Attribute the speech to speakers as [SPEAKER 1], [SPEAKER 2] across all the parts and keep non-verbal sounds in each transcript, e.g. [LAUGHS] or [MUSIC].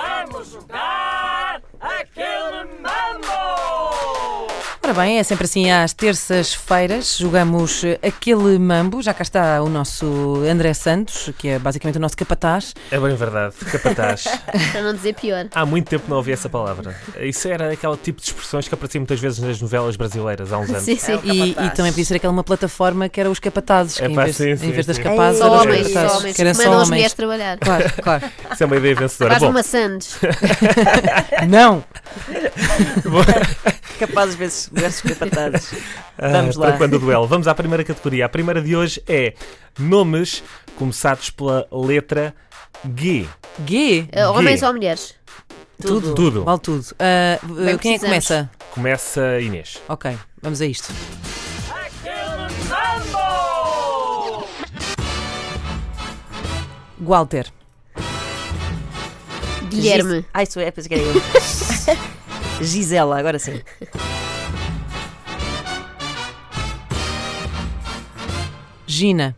[SPEAKER 1] Vamos jogar aquele mambo!
[SPEAKER 2] Ora bem, é sempre assim às terças-feiras, jogamos eh, aquele mambo. Já cá está o nosso André Santos, que é basicamente o nosso capataz.
[SPEAKER 3] É bem verdade, capataz.
[SPEAKER 4] Para não dizer pior.
[SPEAKER 3] Há muito tempo não ouvi essa palavra. Isso era aquele tipo de expressões que aparecia muitas vezes nas novelas brasileiras há uns anos.
[SPEAKER 4] Sim, sim.
[SPEAKER 2] E, e também podia ser aquela uma plataforma que era os capatazes, que
[SPEAKER 3] É
[SPEAKER 2] em
[SPEAKER 3] pá,
[SPEAKER 2] vez,
[SPEAKER 3] sim, sim,
[SPEAKER 2] em vez das
[SPEAKER 3] sim.
[SPEAKER 2] capazes
[SPEAKER 4] Só
[SPEAKER 2] eram os
[SPEAKER 4] homens, só
[SPEAKER 2] capatazes,
[SPEAKER 4] homens.
[SPEAKER 2] que eram
[SPEAKER 4] que
[SPEAKER 2] só
[SPEAKER 4] Mandam as
[SPEAKER 2] homens.
[SPEAKER 4] mulheres trabalhar.
[SPEAKER 2] Claro,
[SPEAKER 4] [LAUGHS]
[SPEAKER 2] claro.
[SPEAKER 3] Isso é uma ideia vencedora.
[SPEAKER 4] Faz
[SPEAKER 3] Bom,
[SPEAKER 4] uma Sandes.
[SPEAKER 2] Não!
[SPEAKER 4] [LAUGHS]
[SPEAKER 1] Capazes vezes versus capatazes.
[SPEAKER 3] ah,
[SPEAKER 1] vamos lá.
[SPEAKER 3] Para quando o duelo. Vamos à primeira categoria. A primeira de hoje é nomes começados pela letra G.
[SPEAKER 2] G!
[SPEAKER 4] Eh, homens
[SPEAKER 3] Gay.
[SPEAKER 4] ou mulheres?
[SPEAKER 1] Tudo.
[SPEAKER 3] Tudo.
[SPEAKER 2] Vale tudo. Ah, v-
[SPEAKER 4] Bem,
[SPEAKER 2] quem é que começa?
[SPEAKER 4] precisamos.
[SPEAKER 3] Começa Inês.
[SPEAKER 2] Ok, vamos a isto.
[SPEAKER 1] Aquele mambo!
[SPEAKER 2] Walter.
[SPEAKER 4] Guilherme.
[SPEAKER 1] Ai, sou eu, pensei que era
[SPEAKER 2] [LAUGHS]
[SPEAKER 1] eu. Gisela, agora sim.
[SPEAKER 2] Gina.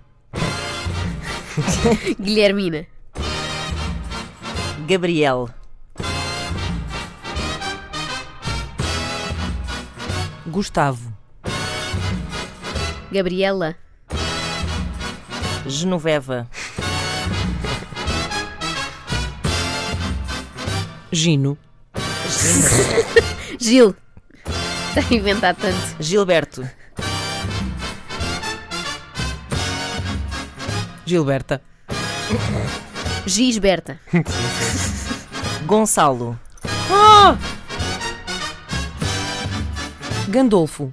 [SPEAKER 4] Guilhermina.
[SPEAKER 1] Gabriel.
[SPEAKER 2] Gustavo.
[SPEAKER 4] Gabriela.
[SPEAKER 1] Genoveva.
[SPEAKER 2] Gino.
[SPEAKER 4] Gil. Está a inventar tanto.
[SPEAKER 1] Gilberto.
[SPEAKER 2] Gilberta.
[SPEAKER 4] Gisberta.
[SPEAKER 1] Gonçalo.
[SPEAKER 2] Ah! Gandolfo.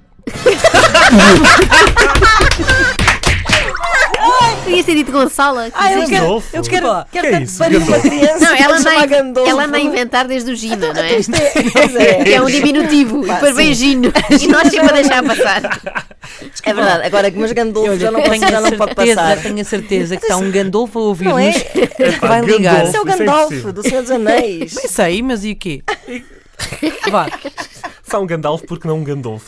[SPEAKER 4] Podias ter dito Gonçala.
[SPEAKER 2] Ah,
[SPEAKER 4] que dizer-
[SPEAKER 3] Gandolfo?
[SPEAKER 1] quero
[SPEAKER 3] Que é
[SPEAKER 1] tanto
[SPEAKER 3] isso,
[SPEAKER 1] parir
[SPEAKER 3] Gandolfo?
[SPEAKER 1] criança.
[SPEAKER 4] Não, ela
[SPEAKER 1] Vou
[SPEAKER 4] anda,
[SPEAKER 1] chamar
[SPEAKER 4] a,
[SPEAKER 1] Gandolfo.
[SPEAKER 4] ela anda a inventar desde o Gina, não é?
[SPEAKER 1] Isto é- pois é.
[SPEAKER 4] Que é um diminutivo. E depois vem Gino. E nós sempre a deixar passar.
[SPEAKER 1] É verdade, agora que meus gandolfos já não, tenho, já não pode passar.
[SPEAKER 2] Tenho a certeza que está um Gandolfo a
[SPEAKER 1] Não é?
[SPEAKER 2] ouvir-nos [LAUGHS] que vai ligar.
[SPEAKER 3] Gandolfo.
[SPEAKER 1] Isso é o
[SPEAKER 3] Isso é
[SPEAKER 1] Gandalf
[SPEAKER 3] impossível.
[SPEAKER 1] do Senhor dos Anéis.
[SPEAKER 2] Bem sei, mas e o quê? Vá.
[SPEAKER 3] Só um Gandalf porque não um Gandolfo.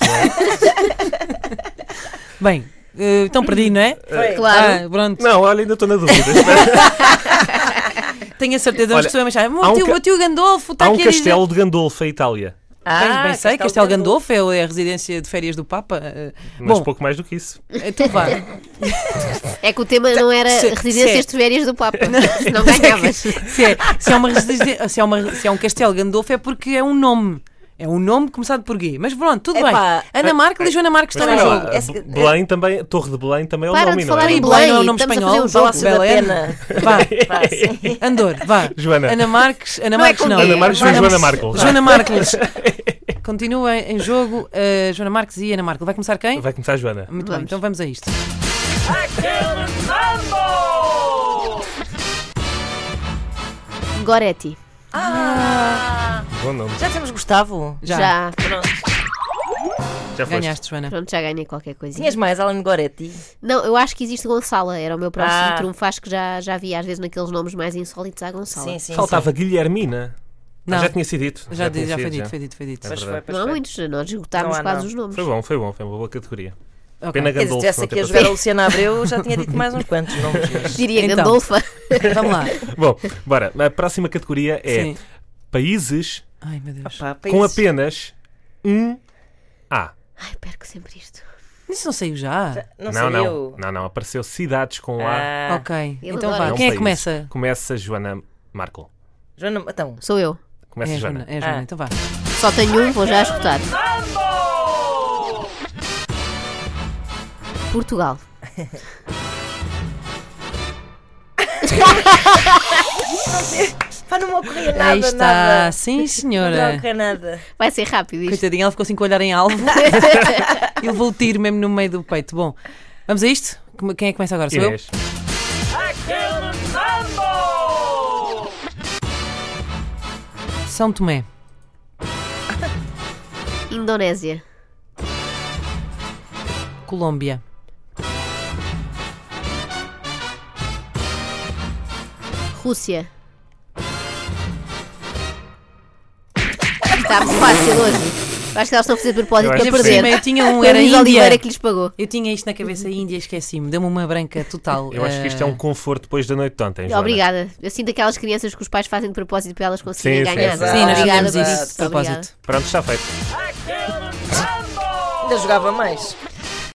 [SPEAKER 3] não é?
[SPEAKER 2] Bem, eh, então perdi, não é?
[SPEAKER 1] Foi.
[SPEAKER 4] Claro.
[SPEAKER 2] Ah, pronto.
[SPEAKER 3] Não, olha, ainda estou na dúvida.
[SPEAKER 2] Tenho a certeza, mas
[SPEAKER 3] Olha,
[SPEAKER 2] que estou a mexer.
[SPEAKER 3] há
[SPEAKER 2] Meu
[SPEAKER 3] um
[SPEAKER 2] tio,
[SPEAKER 3] ca-
[SPEAKER 2] meu tio Gandolfo está
[SPEAKER 3] Há um
[SPEAKER 2] aqui a dizer.
[SPEAKER 3] castelo de Gandolfo em Itália.
[SPEAKER 1] Ah,
[SPEAKER 2] Bem, bem sei, Castelo Gandolfo é a residência de férias do Papa. eh,
[SPEAKER 3] Mas
[SPEAKER 2] Bom,
[SPEAKER 3] pouco mais do que isso.
[SPEAKER 2] então vá.
[SPEAKER 4] É que o tema não era
[SPEAKER 2] Se-
[SPEAKER 4] residências
[SPEAKER 2] se-
[SPEAKER 4] de férias do Papa. Não ganhavas.
[SPEAKER 2] Se é, se é uma residência, se é, uma- se é um Castelo Gandolfo é porque é um nome. É um nome começado por G. Mas pronto, tudo
[SPEAKER 1] Epá,
[SPEAKER 2] bem. Ana Marca e Joana Marques estão
[SPEAKER 1] mas
[SPEAKER 2] em é
[SPEAKER 1] espera lá.
[SPEAKER 2] jogo.
[SPEAKER 3] Não,
[SPEAKER 1] Essa-
[SPEAKER 3] B- Belém também, Torre de Belém também é o
[SPEAKER 4] Para
[SPEAKER 3] nome,
[SPEAKER 4] de
[SPEAKER 3] não
[SPEAKER 4] falar
[SPEAKER 3] é?
[SPEAKER 2] Belém
[SPEAKER 4] em
[SPEAKER 2] não é um
[SPEAKER 4] Belém,
[SPEAKER 2] nome
[SPEAKER 4] estamos a
[SPEAKER 2] espanhol,
[SPEAKER 4] fazer um
[SPEAKER 2] Belém.
[SPEAKER 4] jogo.
[SPEAKER 1] Palácio da
[SPEAKER 2] Bel Air.
[SPEAKER 1] Pena.
[SPEAKER 2] Vá,
[SPEAKER 1] Pá, sim.
[SPEAKER 2] Andor, vá.
[SPEAKER 3] Joana.
[SPEAKER 2] Ana Marques, Ana
[SPEAKER 4] Não é
[SPEAKER 2] Marques
[SPEAKER 4] com
[SPEAKER 2] não.
[SPEAKER 4] G.
[SPEAKER 3] Ana Marques ou
[SPEAKER 4] Marques.
[SPEAKER 3] Joana Marcos?
[SPEAKER 2] Joana Marques. Continua em jogo eh, Joana Marques e Ana Marques. Vai começar quem?
[SPEAKER 3] Vai começar a Joana.
[SPEAKER 2] Muito bem,
[SPEAKER 4] Vamos.
[SPEAKER 2] então vamos a isto.
[SPEAKER 4] Goretti.
[SPEAKER 3] Bom nome.
[SPEAKER 1] Já temos Gustavo?
[SPEAKER 2] Já.
[SPEAKER 4] Já.
[SPEAKER 3] Já foste.
[SPEAKER 2] Ganhaste, Joana.
[SPEAKER 4] [LAUGHS] Pronto, já ganhei qualquer coisinha.
[SPEAKER 1] Tinhas mais Alan Goretti?
[SPEAKER 4] Não, eu acho que existe Gonçala. Era o meu próximo
[SPEAKER 1] Ah.
[SPEAKER 4] trunfo. Acho que já, já vi às vezes naqueles nomes mais insólitos à Gonçala.
[SPEAKER 1] Sim, sim.
[SPEAKER 3] Faltava Guilhermina. Ah,
[SPEAKER 2] Não,
[SPEAKER 3] Já tinha sido dito.
[SPEAKER 2] já,
[SPEAKER 3] tinha
[SPEAKER 2] disse, já
[SPEAKER 3] sido,
[SPEAKER 2] foi dito, foi dito, foi dito.
[SPEAKER 3] É
[SPEAKER 1] Mas foi,
[SPEAKER 3] verdade.
[SPEAKER 1] pois
[SPEAKER 4] Não há
[SPEAKER 1] foi.
[SPEAKER 4] muitos, nós esgotámos
[SPEAKER 1] Não há,
[SPEAKER 4] quase
[SPEAKER 1] não.
[SPEAKER 4] os nomes.
[SPEAKER 3] Foi bom, foi bom, foi uma boa categoria.
[SPEAKER 2] Ok.
[SPEAKER 3] Pena
[SPEAKER 1] Quer dizer,
[SPEAKER 3] Gandolfo.
[SPEAKER 1] estivesse
[SPEAKER 3] não
[SPEAKER 2] é
[SPEAKER 1] aqui a
[SPEAKER 3] ter
[SPEAKER 1] jogar a Luciana Abreu, eu já tinha dito mais uns quantos nomes. mas-
[SPEAKER 4] [LAUGHS] Diria
[SPEAKER 2] Então.
[SPEAKER 4] Gandolfa.
[SPEAKER 2] Vamos lá.
[SPEAKER 3] passado. Bom, bora. A próxima categoria é
[SPEAKER 2] Sim.
[SPEAKER 3] países
[SPEAKER 2] Ai, meu Deus.
[SPEAKER 1] Pá,
[SPEAKER 3] com
[SPEAKER 1] países.
[SPEAKER 3] apenas um A.
[SPEAKER 4] Ai, perco sempre isto.
[SPEAKER 2] Isso não saiu já.
[SPEAKER 1] Não,
[SPEAKER 3] não,
[SPEAKER 1] sei
[SPEAKER 3] não,
[SPEAKER 1] eu.
[SPEAKER 3] não, não, Apareceu cidades com A.
[SPEAKER 1] Ah,
[SPEAKER 2] Ok.
[SPEAKER 4] Eu
[SPEAKER 2] então
[SPEAKER 4] adoro.
[SPEAKER 2] vá.
[SPEAKER 3] não
[SPEAKER 2] Quem é que
[SPEAKER 3] países.
[SPEAKER 2] começa?
[SPEAKER 3] Começa Joana Marco.
[SPEAKER 1] Joana, então,
[SPEAKER 4] Sou eu.
[SPEAKER 3] Começa
[SPEAKER 2] é a Joana.
[SPEAKER 3] Joana.
[SPEAKER 2] É a Joana,
[SPEAKER 1] Ah.
[SPEAKER 2] então vá.
[SPEAKER 4] Só tenho um, vou já escutar. Portugal.
[SPEAKER 1] pá, não me ocorria nada,
[SPEAKER 2] Aí está.
[SPEAKER 1] nada. é
[SPEAKER 2] Sim,
[SPEAKER 1] Não me
[SPEAKER 2] senhora.
[SPEAKER 1] ocorria nada.
[SPEAKER 4] Vai ser rápido isto.
[SPEAKER 2] Coitadinha, ela ficou assim com o olhar em alvo. Ele levou o tiro mesmo no meio do peito. Bom, vamos a isto? Como- Quem é que começa agora? Sou
[SPEAKER 3] Inês.
[SPEAKER 2] eu? São Tomé.
[SPEAKER 4] Indonésia.
[SPEAKER 2] Colômbia.
[SPEAKER 4] Rússia. Está muito fácil hoje. Acho que elas estão a fazer de propósito
[SPEAKER 3] Eu
[SPEAKER 4] para
[SPEAKER 3] acho que sim.
[SPEAKER 4] perder.
[SPEAKER 2] Mas eu tinha um,
[SPEAKER 4] Foi a
[SPEAKER 2] era
[SPEAKER 4] Luís Oliveira
[SPEAKER 2] Índia.
[SPEAKER 4] que lhes pagou.
[SPEAKER 2] Eu tinha isto na cabeça, Índia, esqueci-me. Deu-me uma branca total.
[SPEAKER 3] Eu acho que isto é um conforto depois da noite de ontem. Joana.
[SPEAKER 4] Obrigada. Assim, daquelas crianças que os pais fazem de propósito para elas conseguirem
[SPEAKER 3] Sim, sim,
[SPEAKER 4] ganhar.
[SPEAKER 3] sim.
[SPEAKER 2] Sim, nós
[SPEAKER 4] Obrigada
[SPEAKER 2] fizemos
[SPEAKER 4] por
[SPEAKER 2] isso de
[SPEAKER 4] Obrigada.
[SPEAKER 2] propósito.
[SPEAKER 3] Pronto, está feito.
[SPEAKER 1] Ainda jogava mais.